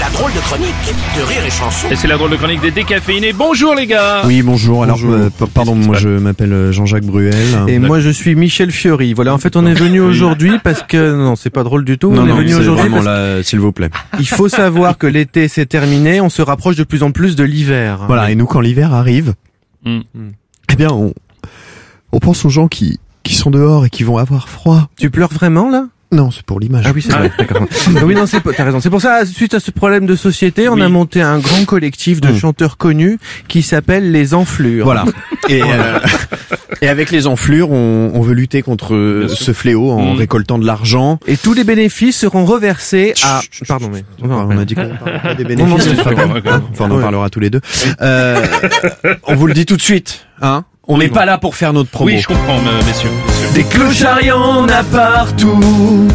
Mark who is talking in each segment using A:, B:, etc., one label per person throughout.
A: La drôle de chronique de Rire et Chanson.
B: Et c'est la drôle de chronique des décaféinés. Bonjour les gars
C: Ah.
D: Oui, bonjour. Alors, euh, p- pardon, moi je m'appelle euh, Jean-Jacques Bruel.
C: Et moi je suis Michel Fiori. Voilà, en fait on est venu aujourd'hui parce que non, c'est pas drôle du tout.
D: non,
C: on est
D: non,
C: venu
D: c'est
C: aujourd'hui
D: vraiment
C: parce
D: là, euh, s'il vous plaît.
C: qu'il faut savoir que l'été c'est terminé, on se rapproche de plus en plus de l'hiver.
D: Voilà, et nous, quand l'hiver arrive,
B: Mm.
D: eh bien, on, on pense aux gens qui, qui sont dehors et qui vont avoir froid.
C: Tu pleures vraiment là
D: Non, c'est pour l'image.
C: Ah oui, c'est vrai. D'accord. Ah oui, non, c'est pas- t'as raison. C'est pour ça, suite à ce problème de société, on
B: Oui.
C: a monté un grand collectif de
D: Mm.
C: chanteurs connus qui s'appelle les Enflures.
D: Voilà. Et, euh, et avec les enflures, on, on veut lutter contre euh, ce fléau en
B: Mm.
D: récoltant de l'argent.
C: Et tous les bénéfices seront reversés à.
D: Chut, chut,
C: Pardon, mais
D: On, a dit qu'on parlait pas des bénéfices.
C: non,
D: du
C: c'est
D: travail.
B: pas grave.
D: Enfin, on en
C: Ouais.
D: parlera tous les deux. Euh, on vous le dit tout de suite. Hein on n'est pas là pour faire notre promo.
B: Oui, je comprends, me- messieurs. messieurs.
C: Des clochards, y en a partout.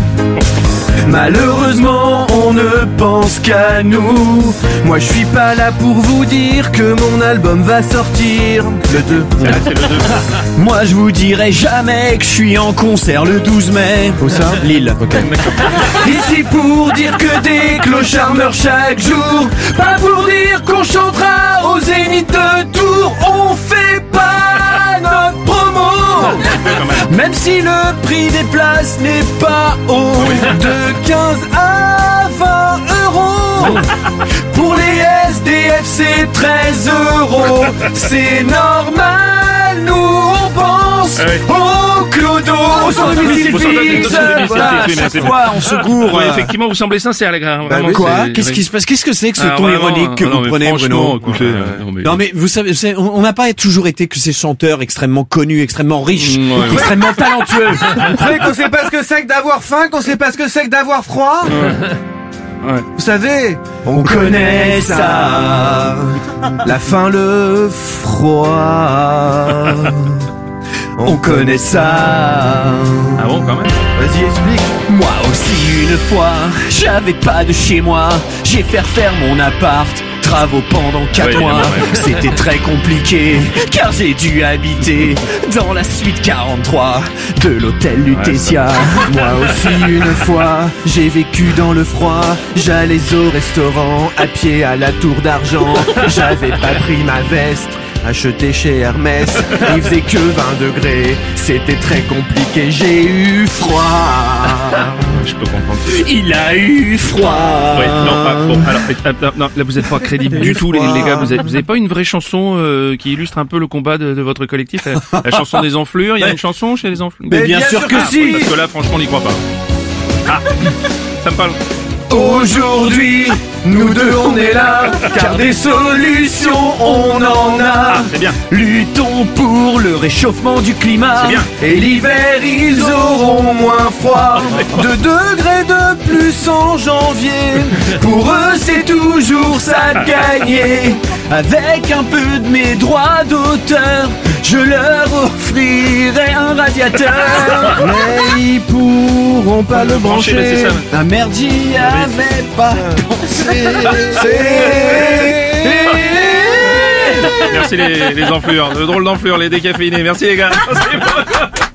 C: Malheureusement, on ne pense qu'à nous. Moi, je suis pas là pour vous dire que mon album va sortir le 2.
B: Ah, c'est le deux.
D: Moi je vous dirai jamais que je suis en concert le 12 mai. Où ça Lille.
C: Ici pour dire que des clochards meurent chaque jour. Pas pour dire qu'on chantera au zénith de Tours. On fait pas notre promo. Même si le prix des places n'est pas haut de 15 à 20 euros. Pour les SDF, c'est 13 euros. C'est normal, nous on pense
B: Ah oui.
C: au clodo, au
B: Au
C: centre
B: centre
C: du
B: du
C: crucifix.
B: crucifix,
C: Voilà, à
B: oui, merci.
C: chaque fois, on se gourre.
B: Ouais, effectivement, vous semblez sincère, les gars. Vraiment,
D: Bah Quoi
B: Ah, c'est-
D: Qu'est-ce qui se passe Qu'est-ce que c'est que ce
B: Ah,
D: ton
B: vraiment,
D: ironique que
B: non,
D: vous
B: mais
D: prenez,
B: franchement,
D: Bruno
B: écoutez, euh, non, mais-
D: Non mais vous savez, c'est- on on n'a pas toujours été que ces chanteurs extrêmement connus, extrêmement riches,
B: Mm, ouais, ouais.
D: extrêmement talentueux.
C: Vous savez qu'on sait pas ce que c'est que d'avoir faim, qu'on sait pas ce que c'est que d'avoir froid
B: Ouais.
C: Vous savez On connaît ça La faim, le froid On connaît ça
B: Ah bon, quand même
C: Vas-y, explique
E: Moi aussi une fois, j'avais pas de chez moi, j'ai fait refaire mon appart. Travaux pendant
B: Ah
E: 4
B: ouais,
E: mois,
B: ouais, ouais.
E: c'était très compliqué car j'ai dû habiter dans la suite 43 de l'hôtel Lutetia.
C: Moi aussi une fois, j'ai vécu dans le froid. J'allais au restaurant, à pied à la tour d'argent. J'avais pas pris ma veste. achetée chez Hermès, il faisait que 20 degrés, c'était très compliqué, j'ai eu froid.
B: Je peux comprendre.
E: Il a eu froid.
B: Ouais, non, ah, bon, alors, mais, ah, non, non, là, vous êtes pas crédible du tout, les, les gars. Vous avez, vous avez pas une vraie chanson euh, qui illustre un peu le combat de, de votre collectif la, la chanson des enflures. Il y a une chanson chez les enflures
C: Mais bien bien sûr sûr que que si.
B: oui, Parce que là, franchement, on n'y croit pas. Ah, ça me parle.
C: Aujourd'hui, nous deux on est là, car des solutions on en a.
B: Ah, c'est bien.
E: Luttons pour le réchauffement du climat.
B: C'est bien.
C: Et l'hiver ils auront moins froid De degrés de plus en janvier Pour eux c'est toujours ça de gagner
E: Avec un peu de mes droits d'auteur, je leur offrirai un radiateur.
C: Mais ils pourront pas le
B: Branché, bah, c'est
C: brancher
B: ça.
E: Ah merde, j'y avais pas pensé.
B: Merci les, les enflures. Le drôle d'enflure, les décaféinés. Merci les gars. Merci.